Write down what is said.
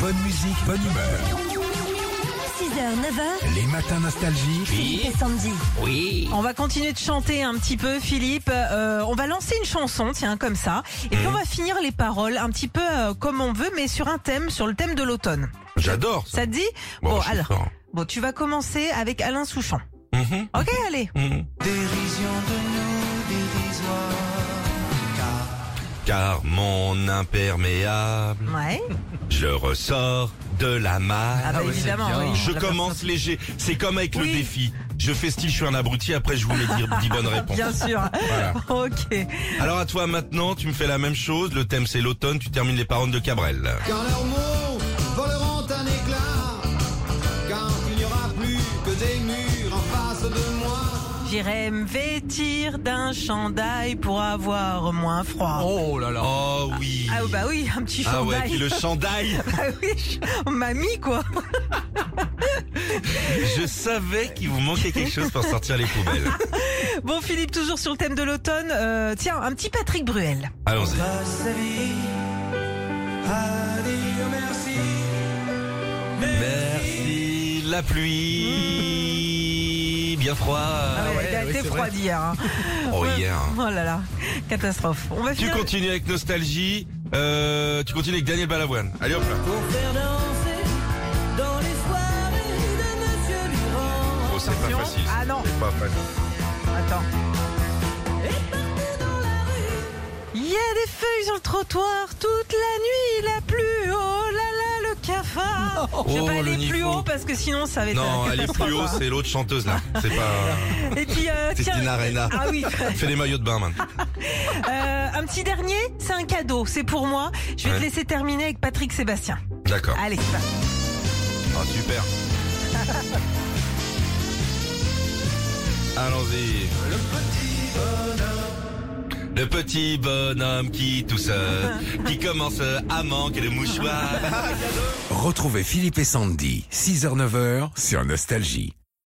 Bonne musique, bonne humeur. 6h, 9h, Les matins nostalgie. Philippe et Sandy. Oui. On va continuer de chanter un petit peu, Philippe. Euh, on va lancer une chanson, tiens, comme ça. Et puis on va finir les paroles un petit peu euh, comme on veut, mais sur un thème, sur le thème de l'automne. J'adore ça. Ça te dit Bon, Bon, je suis alors. fort. Bon, tu vas commencer avec Alain Souchon. Mhm, Ok, allez. mhm. Dérision de nous dérisoire, car Car mon imperméable, Ouais. je ressors de la malle. Ah, bah évidemment. oui. Je La commence léger. C'est comme avec le Oui. défi. Je fais style, je suis un abruti, après je vous mets dix- dix bonnes personne- réponses. Bien sûr. Voilà. ok. Alors à toi maintenant, tu me fais la même chose. Le thème c'est l'automne, tu termines les paroles de Cabrel. Quand leurs mots voleront un éclat, quand il n'y aura plus que des murs en face de moi. J'irai me vêtir d'un chandail pour avoir moins froid. Oh là là. Oh oui. Ah bah oui, un petit Ah chandail. ouais, puis le chandail. Bah oui, on m'a mis quoi. Je savais qu'il vous manquait quelque chose pour sortir les poubelles. Bon Philippe, toujours sur le thème de l'automne. euh, tiens, un petit Patrick Bruel. Allons-y. Passe sa vie à dire merci. Merci la pluie. Bien froid. Ah ouais, il a ouais, été c'est froid vrai. d'hier. hein. Oh hier. Oh là là, catastrophe. On va Tu finir. continues avec nostalgie. Euh, tu continues avec Daniel Balavoine. Allez hop là. Pour faire danser dans les soirées de Monsieur Durand. Oh, c'est Attention. pas facile. ça. Ah non. C'est pas facile. Attends. Et partout dans la rue, Il y a des feuilles sur le trottoir toute la nuit, la pluie. Oh là là, le cafard. Je vais Oh, pas le aller plus Nifo. haut parce que sinon ça va être. Non, la elle est plus haut, catastrophe. c'est l'autre chanteuse là. C'est pas. Et puis euh, C'est tiens. Tina Arena. Ah oui. Fais les maillots de bain maintenant. Euh, un petit dernier, c'est un cadeau, c'est pour moi. Je vais Ouais. te laisser terminer avec Patrick Sébastien. D'accord. Allez, c'est parti. Ah, super. Allons-y. Le petit bonhomme qui tout seul, qui commence à manquer de mouchoirs. Retrouvez Philippe et Sandy, 6h-9h sur Nostalgie.